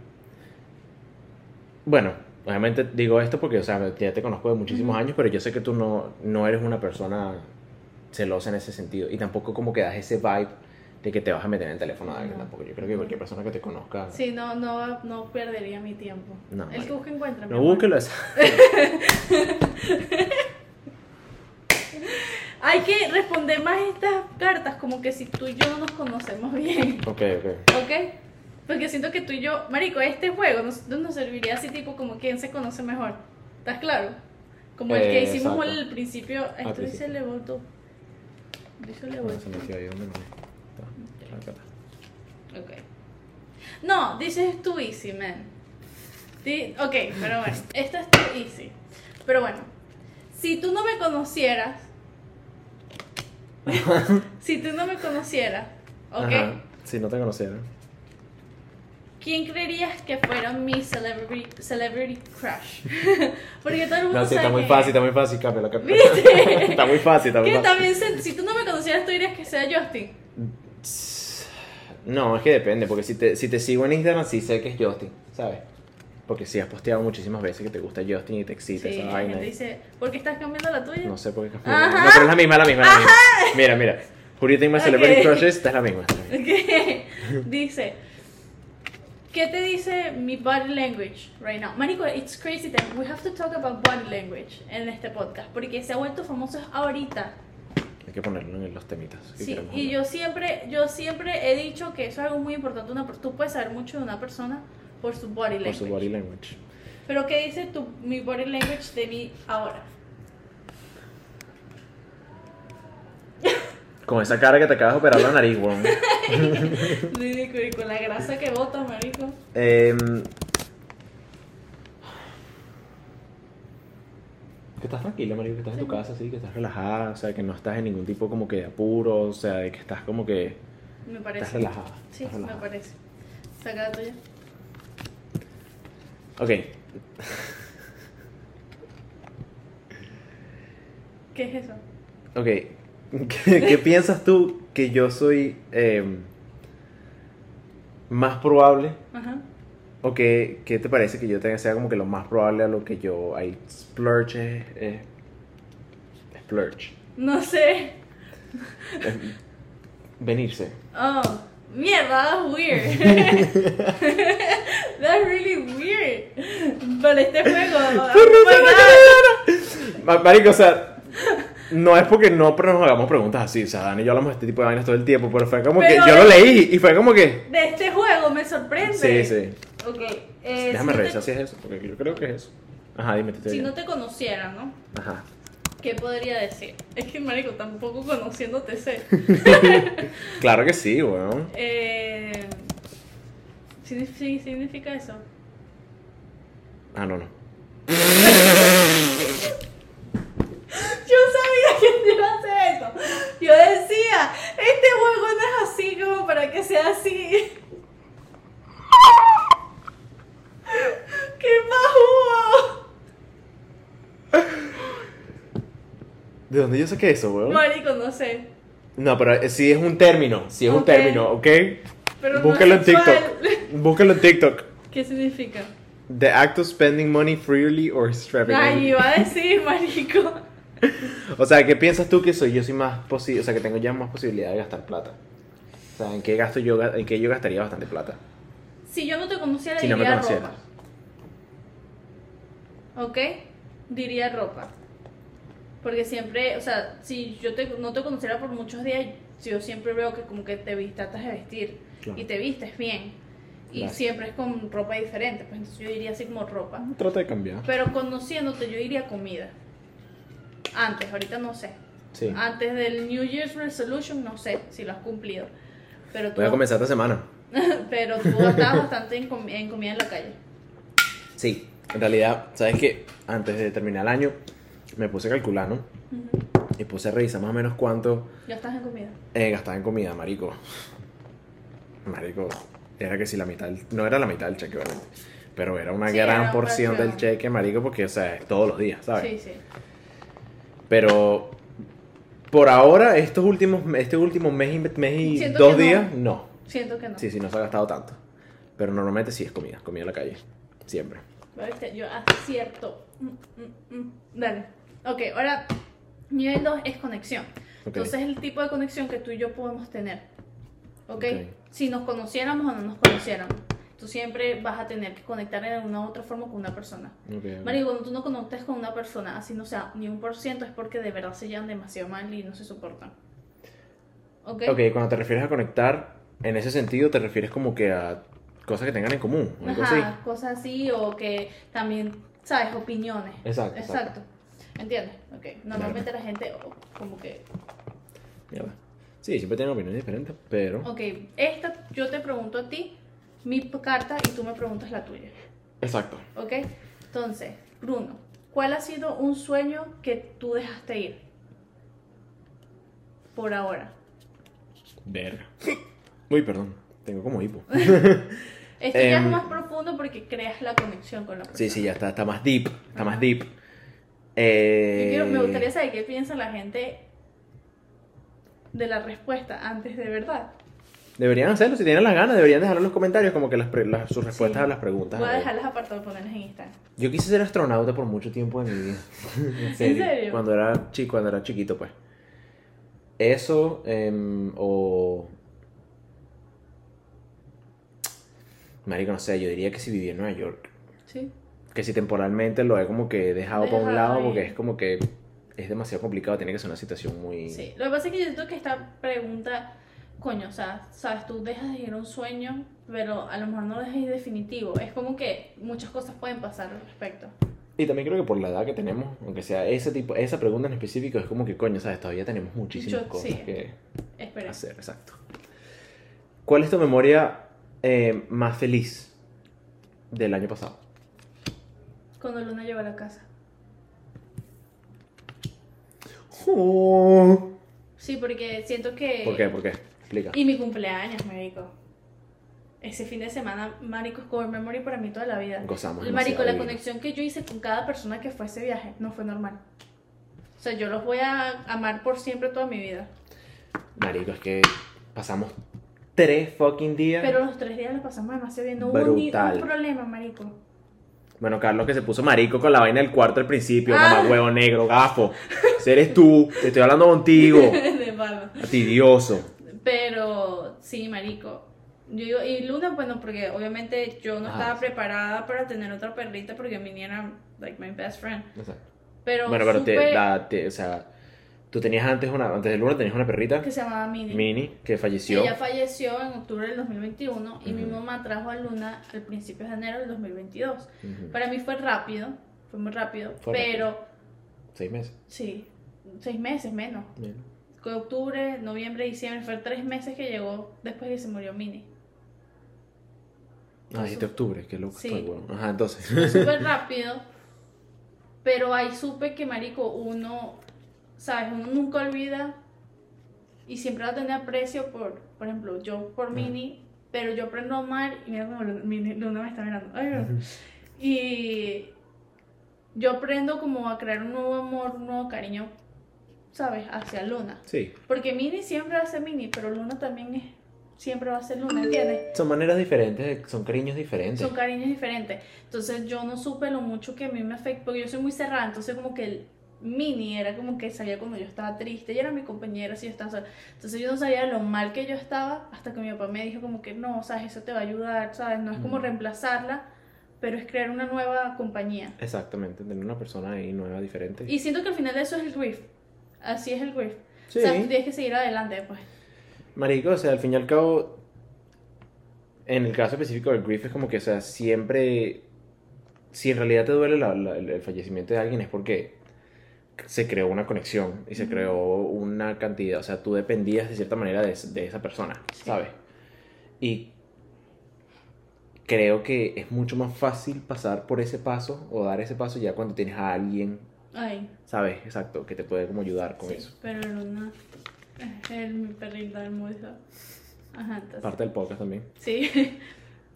bueno, obviamente digo esto porque, o sea, ya te conozco de muchísimos
Ujú.
años, pero yo sé que tú no, no eres una persona celosa en ese sentido. Y tampoco como que das ese vibe de que te vas a meter en el teléfono de alguien
No.
tampoco. Yo creo que cualquier persona que te conozca.
Sí, no, no, no perdería mi tiempo.
No,
el que
marico.
busca encuentra. mi
No
amor.
búsquelo eso.
Hay que responder más estas cartas como que si tú y yo no nos conocemos bien,
ok, ok.
¿ok? Porque siento que tú y yo, marico, este juego nos, nos serviría así tipo como quien se conoce mejor. ¿Estás claro? Como el que
Eh,
hicimos
exacto.
al principio. Ay,
Al
tú dices
principio.
le voto. Dice le
Bueno,
voto.
se metió ahí donde no es. Ta, ta, ta.
Ok. No, dices tú easy, man. Di- ok, pero bueno. Esta es tu easy. Pero bueno. Si tú no me conocieras. si tú no me conocieras, ok.
Ajá. Si no te conociera.
¿Quién creerías que fuera mi celebrity, celebrity crush? Porque todo el mundo
No, sí,
sabe
está muy
que-
fácil, está muy fácil, cambia la
¿Viste?
Está muy fácil, está muy
Que
fácil.
también, se- si tú no me conocieras, tú dirías que sea Justin.
No, es que depende, porque si te, si te sigo en Instagram sí sé que es Justin, ¿sabes? Porque sí has posteado muchísimas veces que te gusta Justin y te excita
Sí,
esa
la
vaina.
gente
y-
dice, ¿por qué estás cambiando la tuya?
No sé por qué.
Ajá.
No, pero es la misma, es la misma, es la misma. Mira, mira. Julieta y My
Ok.
Celebrity Crushes, esta es la misma. esta es la misma.
Ok. Dice, ¿qué te dice mi body language right now? Marico, it's crazy that we have to talk about body language en este podcast, porque se ha vuelto famoso ahorita.
Hay que ponerlo en los temitas. que
Sí,
queremos
y
hablar.
yo siempre, yo siempre he dicho que eso es algo muy importante. Una, per- tú puedes saber mucho de una persona por su body language.
Por su body language.
Pero ¿qué dice tu, mi body language de mí ahora?
Con esa cara que te acabas de operar la nariz, weón.
Ridículo, y con la grasa que bota, marico.
Em, Que estás tranquila, marico, que estás en tu casa, sí, que estás relajada, o sea, que no estás en ningún tipo como que de apuro, o sea, de que estás como que...
Me
Estás
parece.
relajada.
Sí,
estás
me
relajada.
parece. Saca la tuya.
Ok,
¿Qué es eso?
Ok, ¿Qué, qué piensas tú que yo soy em, más probable?
Ajá.
¿O qué, qué te parece que yo tenga, sea como que lo más probable a lo que yo... Hay splurge, es... es- splurge.
No sé.
es venirse.
Oh, mierda, that's weird. that's really weird. Pero este juego. oh my God.
Ma- Marico, o sea... No es porque no pero nos hagamos preguntas así, o sea, Dani y yo hablamos de este tipo de vainas todo el tiempo, pero fue como
Pero-
que yo lo leí y fue como que...
De este juego me
Sí,
sorprende.
sí.
Ok. eh,
Déjame
si,
revisar
te,
si es eso, porque yo creo que es eso. Ajá, dime, te estoy
si no
oyendo.
te conociera, ¿no?
Ajá.
¿Qué podría decir? Es que, marico, tampoco conociéndote sé.
Claro que sí, weón.
Eh, ¿signi- sí, ¿Significa eso?
Ah, no, no.
Yo sabía que te iba a hacer eso. Yo decía, este juego no es así como para que sea así. ¡Qué bajo!
¿De dónde yo saqué eso, weón?
Marico, no sé.
No, pero eh, sí es un término, sí es un
Ok.
término, ¿ok?
Pero
Búscalo
no
en
es sexual.
TikTok. Búscalo en TikTok.
¿Qué significa?
The act of spending money freely or
Ay,
extravagantly.
iba a decir, marico.
O sea, ¿qué piensas tú que soy? Yo soy más posible, o sea, que tengo ya más posibilidad de gastar plata. O sea, ¿en qué gasto yo, ga- en qué yo gastaría bastante plata?
Si yo no te conociera,
Si no me
diría
conocieras.
ropa. ¿Ok? Diría ropa. Porque siempre, o sea, si yo te- no te conociera por muchos días, yo siempre veo que como que te vis- tratas de vestir
Claro.
y te vistes bien. Y
Gracias.
siempre es con ropa diferente, pues entonces yo diría así como ropa.
Ah, Trata de cambiar.
Pero conociéndote, yo diría comida. Antes, ahorita no sé.
Sí.
Antes del New Year's Resolution, no sé si lo has cumplido. Pero tú,
Voy a comenzar esta semana.
pero tú gastabas bastante en comi- en comida en la calle.
Sí. En realidad, ¿sabes qué? Antes de terminar el año, me puse a calcular, ¿no? Y puse a revisar más o menos cuánto
Ya estás en comida.
Eh, gastaba en comida, marico. Marico, era que si la mitad, del- no era la mitad del cheque, obviamente, pero era una
Sí,
gran
era una
porción del
porción.
cheque, marico, porque, o sea, es todos los días, ¿sabes?
Sí, sí.
Pero por ahora, estos últimos, este último mes y, mes y
Siento
dos
que no.
días, no.
Siento que no.
Sí, sí, no se ha gastado tanto. Pero normalmente sí es comida, comida en la calle, siempre.
Viste, Yo acierto. Mm, mm, mm. Dale. Ok, ahora, nivel 2 es conexión.
Ok.
Entonces es el tipo de conexión que tú y yo podemos tener. ¿ok? Si nos conociéramos o no nos conociéramos, tú siempre vas a tener que conectar en alguna u otra forma con una persona.
Ok, ok.
Marico, cuando tú no conectas con una persona, así no sea ni un por ciento, es porque de verdad se llevan demasiado mal y no se soportan. ¿Ok?
Ok, cuando te refieres a conectar, en ese sentido te refieres como que a cosas que tengan en común, o algo así.
Ajá, cosas así, o que también, ¿sabes? Opiniones.
Exacto, exacto.
Exacto. ¿Entiendes? Ok. Normalmente la gente, oh, como que.
Mierda. Sí, siempre tienen opiniones diferentes, pero...
Ok, esta yo te pregunto a ti mi p- carta y tú me preguntas la tuya.
Exacto.
¿Ok? Entonces, Bruno, ¿cuál ha sido un sueño que tú dejaste ir? Por ahora.
Verga. Uy, perdón. Tengo como hipo.
Esto ya es
Em,
más profundo porque creas la conexión con la persona.
Sí, sí, ya está, está más deep, está más deep. Eh,
Yo quiero- me gustaría saber qué piensa la gente de la respuesta antes de verdad.
Deberían hacerlo, si tienen las ganas, deberían dejarlo en los comentarios como que las, pre- las- sus respuestas
Sí.
a las preguntas.
Voy a dejarlas apartadas y ponerlas en Instagram.
Yo quise ser astronauta por mucho tiempo de mi vida. en,
serio?
Cuando era chico, cuando era chiquito, pues. Eso em, o Marico, no sé, yo diría que si vivía en Nueva York,
Sí.
que si temporalmente lo he como que dejado para un
Dejado
lado
ahí.
porque es como que es demasiado complicado, tiene que ser una situación muy
Sí, lo que pasa es que yo siento que esta pregunta, coño, o sea, sabes, tú dejas de ir a un sueño, pero a lo mejor no lo dejas ir definitivo. Es como que muchas cosas pueden pasar al respecto.
Y también creo que por la edad que tenemos, aunque sea ese tipo, esa pregunta en específico es como que coño, sabes, todavía tenemos muchísimas
Yo-
cosas
sí.
que
Espera.
hacer, exacto. ¿Cuál es tu memoria eh, más feliz del año pasado?
Cuando Luna llegó a la casa.
¿Por
Sí, porque siento que...
qué? ¿Por qué? Explica.
Oh. Eh, Y mi cumpleaños, marico. Ese fin de semana, marico, es core memory para mí toda la vida.
Gozamos.
El marico, la
demasiado bien.
conexión que yo hice con cada persona que fue a ese viaje no fue normal. O sea, yo los voy a amar por siempre toda mi vida.
Marico, es que pasamos tres fucking días.
Pero los tres días los pasamos demasiado bien. No hubo ni
Brutal.
un problema, marico.
Bueno, Carlos que se puso marico con la vaina del cuarto al principio,
Ah.
mamá huevo negro, gafo. Si eres tú, te estoy hablando contigo.
De barba.
Tidioso.
Pero sí, marico. Yo digo, y Luna, bueno, porque obviamente yo no
Ajá.
estaba preparada para tener otra perrita porque mi niña era, like, my best friend.
Exacto.
Pero,
Bueno, pero te,
supe
la- te- o sea, tú tenías antes una, antes de Luna tenías una perrita,
que se llamaba Mini.
Mini, que falleció.
Ella falleció en octubre del 2021 y mi
Ujú.
mamá trajo a Luna al principio de enero del 2022.
Ujú.
Para mí fue rápido, fue muy rápido,
Fue
pero
Seis meses.
sí, seis meses menos.
Bien.
Fue octubre, noviembre, diciembre, fue tres meses que llegó después que se murió Mini.
Ah, dijiste octubre, qué loco
Sí.
estoy, huevón. Ajá, entonces.
Fue súper rápido, pero ahí supe que, marico, uno, sabes, uno nunca olvida y siempre va a tener aprecio por, por ejemplo, yo por Mini, pero yo aprendo a amar y mira como Lu- Mini- Luna me está mirando. Ay, no. Y yo aprendo como a crear un nuevo amor, un nuevo cariño, sabes, hacia Luna.
Sí.
Porque Mini siempre va a ser Mini, pero Luna también es, siempre va a ser Luna, ¿entiendes?
Son maneras diferentes, son cariños diferentes.
Son cariños diferentes. Entonces yo no supe lo mucho que a mí me afectó, porque yo soy muy cerrada, entonces como que el mini era como que sabía cuando yo estaba triste, ella era mi compañera, si yo estaba sola. Entonces yo no sabía lo mal que yo estaba hasta que mi papá me dijo como que no, sabes, eso te va a ayudar, sabes, no es como
Mm.
reemplazarla, pero es crear una nueva compañía.
Exactamente, tener una persona ahí nueva, diferente.
Y siento que al final eso es el grief. Así es el grief.
sí.
O sea, tú tienes que seguir adelante, pues.
Marico, o sea, al fin y al cabo, en el caso específico del grief es como que, o sea, siempre, si en realidad te duele la- la- el el fallecimiento de alguien es porque se creó una conexión y se
Ujú.
creó una cantidad, o sea, tú dependías de cierta manera de, es- de esa persona,
Sí.
¿sabes? Y creo que es mucho más fácil pasar por ese paso o dar ese paso ya cuando tienes a alguien,
Ay,
¿sabes? Exacto, que te puede como ayudar con
sí,
eso.
pero Luna es el- mi perrita hermosa. Ajá, entonces.
Parte del podcast también.
Sí.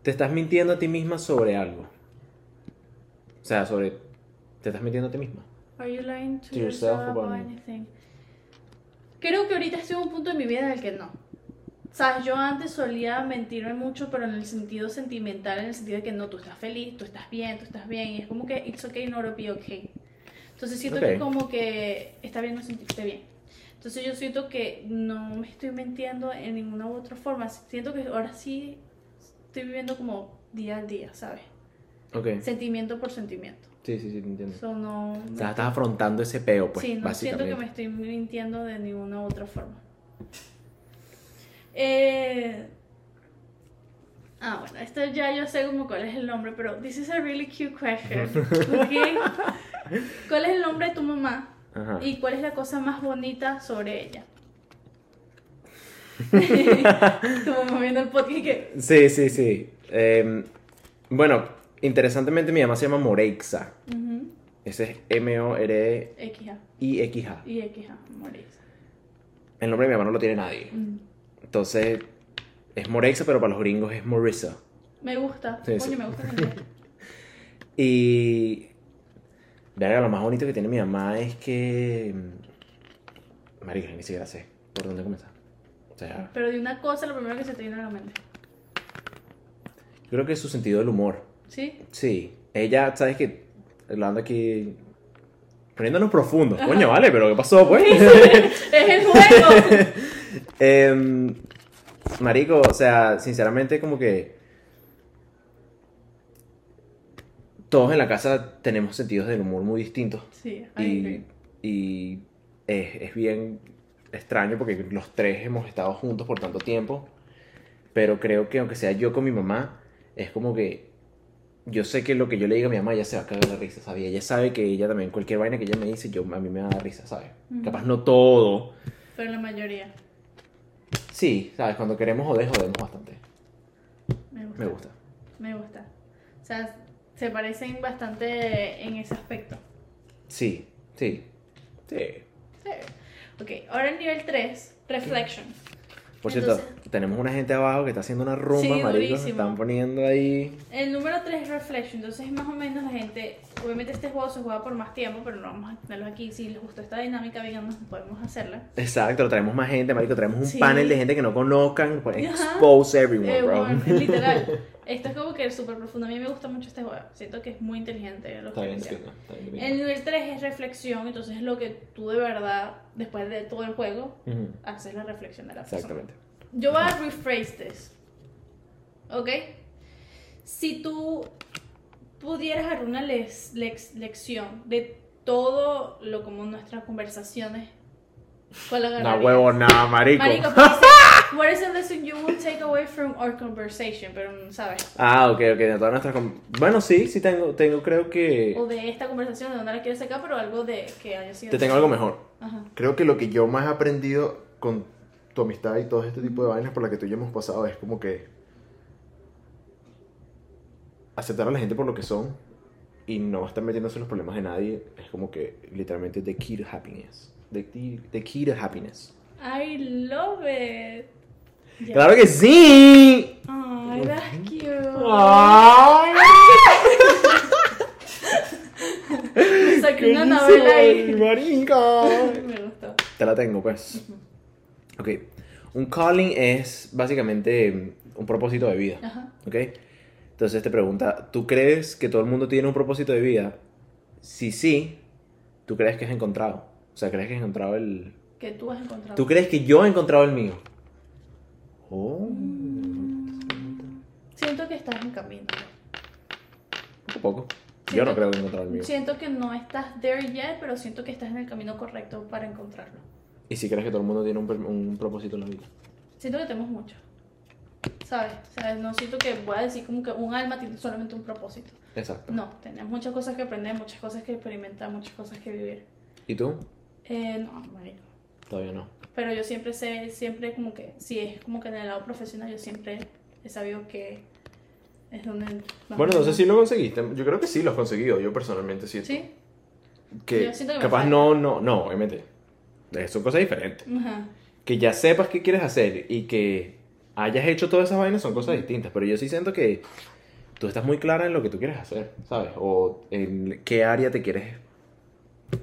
Te estás mintiendo a ti misma sobre algo. O sea, sobre. Te estás mintiendo a ti misma.
Are you lying to,
To yourself
yourself,
about
about
me.
anything? Creo que ahorita estoy en un punto de mi vida en el que no. Sabes, yo antes solía mentirme mucho, pero en el sentido sentimental, en el sentido de que no, tú estás feliz, tú estás bien, tú estás bien, y es como que it's okay, no to be okay. Entonces siento
Ok.
que como que está bien no sentirte bien. Entonces yo siento que no me estoy mintiendo en ninguna u otra forma. Siento que ahora sí estoy viviendo como día a día, ¿sabes?
Ok.
Sentimiento por sentimiento.
Sí, sí, sí, te entiendo.
So, no,
O sea, estás afrontando ese peo, pues,
sí, no siento
básicamente.
que me estoy mintiendo de ninguna u otra forma. Eh, ah, bueno, esto ya yo sé como cuál es el nombre, pero this is a really cute question. ¿ok? ¿Cuál es el nombre de tu mamá?
Ajá.
¿Y cuál es la cosa más bonita sobre ella? tu mamá viendo el podcast y que...
Sí, sí, sí. Eh, bueno, interesantemente mi mamá se llama Moreixa.
Ujú,
Ese es M-O-R-E-I-X-A.
XA y XA, Morisa.
El nombre de mi mamá no lo tiene nadie.
Mm.
Entonces, es Moreixa, pero para los gringos es Morissa.
Me gusta,
Sí,
coño,
sí.
me gusta ese nombre.
Y. Verga, lo más bonito que tiene mi mamá es que. mm, Marica, ni siquiera sé por dónde comenzar. O sea,
Pero de una cosa, lo primero que se te viene a la mente.
yo creo que es su sentido del humor.
¿Sí?
Sí. Ella, ¿sabes que Hablando aquí. Poniéndonos profundos. Coño, vale, pero ¿qué pasó, pues?
¡Es el juego!
Em, marico, o sea, sinceramente como que todos en la casa tenemos sentidos del humor muy distintos
Sí,
y,
ahí
y es, es bien extraño porque los tres hemos estado juntos por tanto tiempo, pero creo que aunque sea yo con mi mamá, es como que yo sé que lo que yo le diga a mi mamá ya se va a cagar la risa, ¿sabes? Y Ella sabe que ella también, cualquier vaina que ella me dice, yo, a mí me va a dar risa, ¿sabes?
Ujú.
Capaz no todo.
Pero la mayoría.
Sí, sabes, cuando queremos joder, jodemos bastante.
Me gusta.
Me gusta.
Me gusta. O sea, se parecen bastante en ese aspecto.
Sí, sí. Sí.
Sí. Ok, ahora el nivel 3, reflection.
Por cierto,
Entonces-
tenemos una gente abajo que está haciendo una rumba,
Sí,
marico.
durísimo.
Se están poniendo ahí.
El número 3 es Reflection, entonces es más o menos la gente, obviamente este juego se juega por más tiempo, pero no vamos a tenerlos aquí, si les gustó esta dinámica, díganos, podemos hacerla.
Exacto, traemos más gente, marico. Traemos un
Sí.
panel de gente que no conozcan. pues,
Ajá.
Expose everyone,
Eh,
bro.
bueno, literal, esto es como que es súper profundo, a mí me gusta mucho este juego, siento que es muy inteligente lo que hicieron.
está
El nivel 3 es reflexión, entonces es lo que tú de verdad, después de todo el juego,
Ujú,
haces la reflexión de la persona.
Exactamente.
Yo voy a rephrase this. ¿Ok? Si tú pudieras dar una les- lex- lección de todo lo como nuestras conversaciones, ¿cuál
No,
agarrarías?
huevo, nada, marico.
Marico, ¿qué dice? what is the lesson you would take away from our conversation? Pero, mm, ¿sabes?
Ah, ok, ok. De todas nuestras. com- Bueno, sí, sí tengo, tengo creo que.
O de esta conversación, de dónde la quieres sacar, pero algo de que haya sido...
Te tengo algo mejor.
Ajá.
Creo que lo que yo más he aprendido con tu amistad y todo este tipo de vainas por las que tú y yo hemos pasado es como que aceptar a la gente por lo que son y no estar metiéndose en los problemas de nadie es como que literalmente the key to happiness. The key, the key to happiness.
I love it. Ya.
¡Claro que sí!
Ay, that's cute.
¡Ay!
Saqué
¡Qué
una novela
dulce,
ahí.
marica!
Me gustó.
Te la tengo, pues. Ok. Un calling es básicamente mm, un propósito de vida.
Ajá.
¿Ok? Entonces te pregunta, ¿tú crees que todo el mundo tiene un propósito de vida? Si sí, ¿tú crees que has encontrado? O sea, ¿crees que has encontrado el...
Que tú has encontrado.
¿Tú crees que yo he encontrado el mío? Oh.
Mm. Siento que estás en camino.
Poco a poco.
Sí,
Yo no
no-
creo que he encontrado el mío.
Siento que no estás there yet, pero siento que estás en el camino correcto para encontrarlo.
¿Y si crees que todo el mundo tiene un, per- un propósito en la vida?
Siento que tenemos mucho. ¿Sabes? O sea, no siento que voy a decir como que un alma tiene solamente un propósito.
Exacto.
No, tenemos muchas cosas que aprender, muchas cosas que experimentar, muchas cosas que vivir.
¿Y tú?
Eh, no, marico.
Todavía no.
Pero yo siempre sé, siempre como que, si es como que en el lado profesional, yo siempre he sabido que es donde... más
Bueno, no sé
uno-
si lo conseguiste. Yo creo que sí lo has conseguido. Yo personalmente siento
¿Sí?
que,
Yo siento que me
capaz
falta.
no, no, no, obviamente. Eh, Son cosas diferentes.
Ajá.
que ya sepas qué quieres hacer y que hayas hecho todas esas vainas son cosas distintas. Pero yo sí siento que tú estás muy clara en lo que tú quieres hacer, ¿sabes? O en qué área te quieres.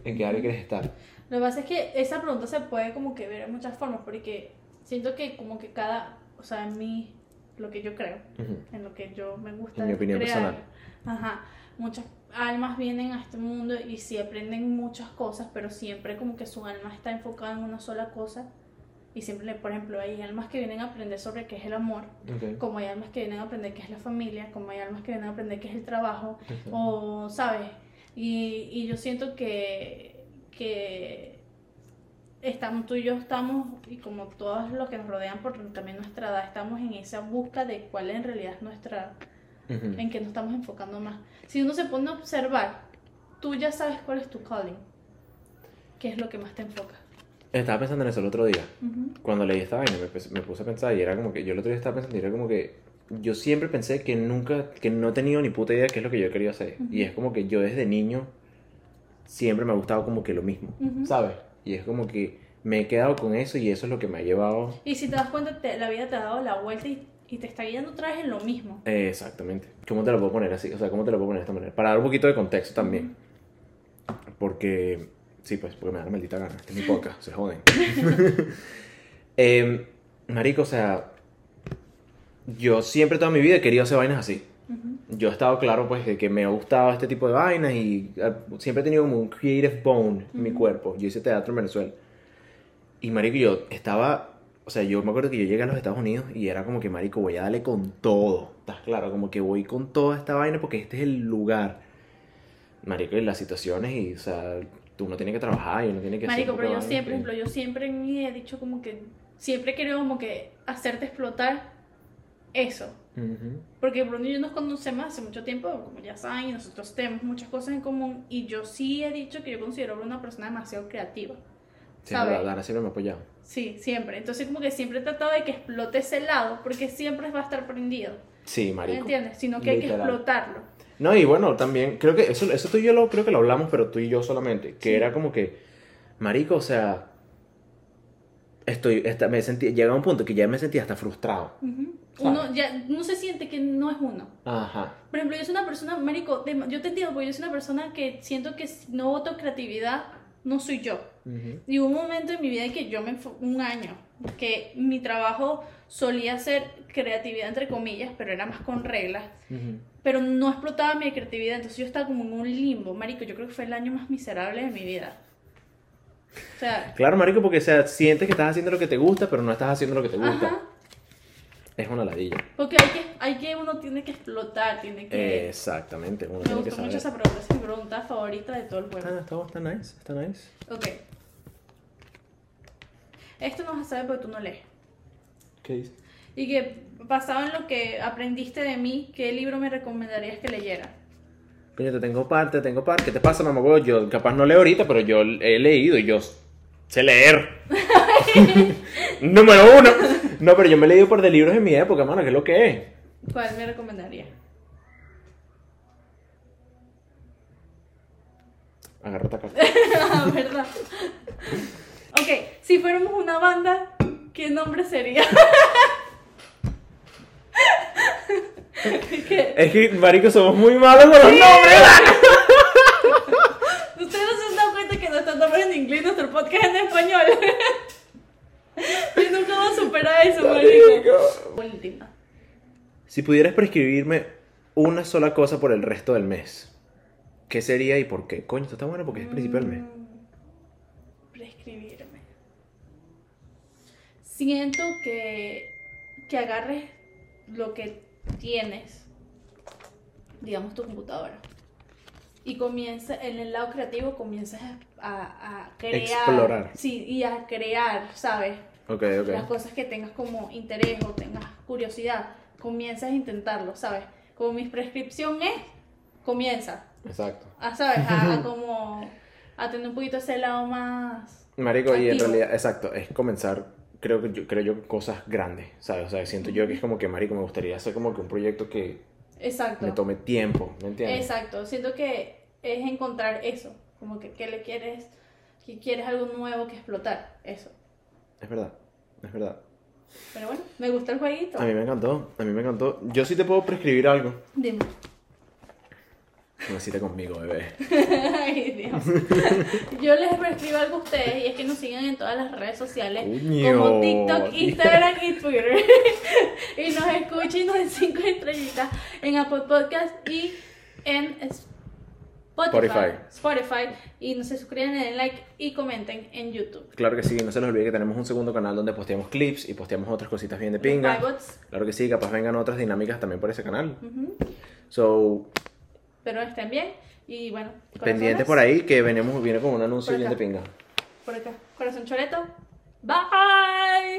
En qué área quieres estar.
Lo que pasa es que esa pregunta se puede como que ver en muchas formas, porque siento que como que cada, o sea, en mi lo que yo creo,
Ujú.
en lo que yo me gusta.
En mi opinión
crear.
personal.
Ajá. Muchas almas vienen a este mundo y sí aprenden muchas cosas, pero siempre como que su alma está enfocada en una sola cosa. Y siempre, le- por ejemplo, hay almas que vienen a aprender sobre qué es el amor,
Ok.
como hay almas que vienen a aprender qué es la familia, como hay almas que vienen a aprender qué es el trabajo,
Ujú.
o, ¿sabes? Y, y yo siento que, que estamos, tú y yo estamos, y como todos los que nos rodean por también nuestra edad, estamos en esa busca de cuál en realidad es nuestra,
Ujú.
en que nos estamos enfocando más. Si uno se pone a observar, tú ya sabes cuál es tu calling, qué es lo que más te enfoca.
Estaba pensando en eso el otro día.
Ujú.
Cuando leí esta vaina me, pus- me puse a pensar y era como que yo el otro día estaba pensando y era como que yo siempre pensé que nunca, que no he tenido ni puta idea de qué es lo que yo quería hacer.
Ujú.
Y es como que yo desde niño siempre me ha gustado como que lo mismo,
Ujú.
¿sabes? Y es como que me he quedado con eso y eso es lo que me ha llevado
Y si te das cuenta, te- la vida te ha dado la vuelta y, y te está guiando otra vez en lo mismo.
Eh, exactamente. ¿Cómo te lo puedo poner así? O sea, ¿cómo te lo puedo poner de esta manera? Para dar un poquito de contexto también. Porque, sí, pues, porque me da la maldita gana. Este es mi podcast, se joden. Em, marico, o sea, yo siempre toda mi vida he querido hacer vainas así.
Ujú.
Yo he estado claro, pues, de que me ha gustado este tipo de vainas y eh, siempre he tenido como un creative bone en mi
Ujú.
cuerpo. Yo hice teatro en Venezuela. Y, marico, yo estaba... O sea, yo me acuerdo que yo llegué a los Estados Unidos y era como que, marico, voy a darle con todo. ¿Estás claro? Como que voy con toda esta vaina porque este es el lugar. Marico, y las situaciones y, o sea, tú no tienes que trabajar y uno tiene que hacer
Marico,
un
pero
poco
yo
de
siempre, por
vaina. pues.
ejemplo, yo siempre en mí he dicho como que siempre he querido como que hacerte explotar eso.
Ujú.
Porque Bruno y yo nos conocemos hace mucho tiempo, como ya saben, y nosotros tenemos muchas cosas en común. Y yo sí he dicho que yo considero a Bruno una persona demasiado creativa.
Sí,
¿Sabes?
la Dana siempre me ha apoyado.
Sí, siempre. Entonces, como que siempre he tratado de que explote ese lado, porque siempre va a estar prendido.
Sí,
¿Me
marico.
entiendes? Sino que hay que
Literal.
explotarlo.
No, y bueno, también, creo que eso, eso tú y yo lo, creo que lo hablamos, pero tú y yo solamente, que
Sí.
era como que, marico, o sea, estoy, esta- me sentí, llega un punto que ya me sentía hasta frustrado.
Ujú.
Claro.
Uno ya no se siente que no es uno.
Ajá.
Por ejemplo, yo soy una persona, marico, de- yo te entiendo, porque yo soy una persona que siento que si no voto creatividad, no soy yo. Y hubo un momento en mi vida en que yo me, enfo- un año, que mi trabajo solía ser creatividad entre comillas, pero era más con reglas, pero no explotaba mi creatividad, entonces yo estaba como en un limbo, marico, yo creo que fue el año más miserable de mi vida. O sea,
Claro, marico, porque, o sea, sientes que estás haciendo lo que te gusta, pero no estás haciendo lo que te gusta.
ajá,
Es una ladilla.
porque hay que, hay que, uno tiene que explotar, tiene que...
Exactamente, uno
me
tiene que
gustó
saber.
mucho esa pregunta, es mi pregunta favorita de todo el juego.
Está, está, está nice, está nice.
Ok. Esto no vas a saber porque tú no lees.
¿Qué dice?
Y que basado en lo que aprendiste de mí, ¿qué libro me recomendarías que leyera?
Coño, te tengo par, te tengo par. ¿Qué te pasa, mamá? Yo capaz no leo ahorita, pero yo he leído y yo sé leer. Número uno. No, pero yo me he leído por de libros en mi época, mano, que es lo que es.
¿Cuál me recomendaría?
Agarra esta carta.
Ah, ¿Verdad? Ok, si fuéramos una banda, ¿qué nombre sería? ¿Qué?
Es que, marico, somos muy malos con los nombres.
Ustedes no se han dado cuenta que nuestro nombre es en inglés, nuestro podcast es en español. Yo nunca voy a superar eso, marico. Última.
Si pudieras prescribirme una sola cosa por el resto del mes, ¿qué sería y por qué? Coño, esto está bueno porque es principio del mes.
Mm, Prescribirme. Siento que, que agarres lo que tienes, digamos tu computadora, y comienza en el lado creativo comienzas a, a crear.
Explorar.
Sí, y a crear, ¿sabes?
Ok,
las
ok.
cosas que tengas como interés o tengas curiosidad, comienzas a intentarlo, ¿sabes? Como mi prescripción es, comienza,
Exacto.
a, Ah, ¿sabes? A, a como a tener un poquito ese lado más...
Marico, y en
Activo.
realidad, exacto, es comenzar, creo que yo, creo yo, cosas grandes, ¿sabes? O sea, siento yo que es como que, marico, me gustaría hacer como que un proyecto que me
Exacto.
tome tiempo, ¿me entiendes?
Exacto. Siento que es encontrar eso, como que, que le quieres, que quieres algo nuevo que explotar, eso.
Es verdad, es verdad.
Pero bueno, me gusta el jueguito.
A mí me encantó, a mí me encantó. Yo sí te puedo prescribir algo.
Dime.
Una cita conmigo, bebé.
Ay, Dios. Yo les prescribo algo a ustedes y es que nos sigan en todas las redes sociales
Coño.
como TikTok, Instagram y Twitter. y nos escuchen en cinco estrellitas en Apple Podcast y en Spotify.
Spotify.
Spotify. Y no se suscriban, le den like y comenten en YouTube.
Claro que sí, no se les olvide que tenemos un segundo canal donde posteamos clips y posteamos otras cositas bien de pinga.
Robots.
Claro que sí, capaz vengan otras dinámicas también por ese canal.
Ujú.
So,
Pero estén bien y bueno. corazones.
pendientes por ahí que venimos, viene con un anuncio
Por
bien de
acá.
pinga.
Por acá. Corazón choleto. Bye.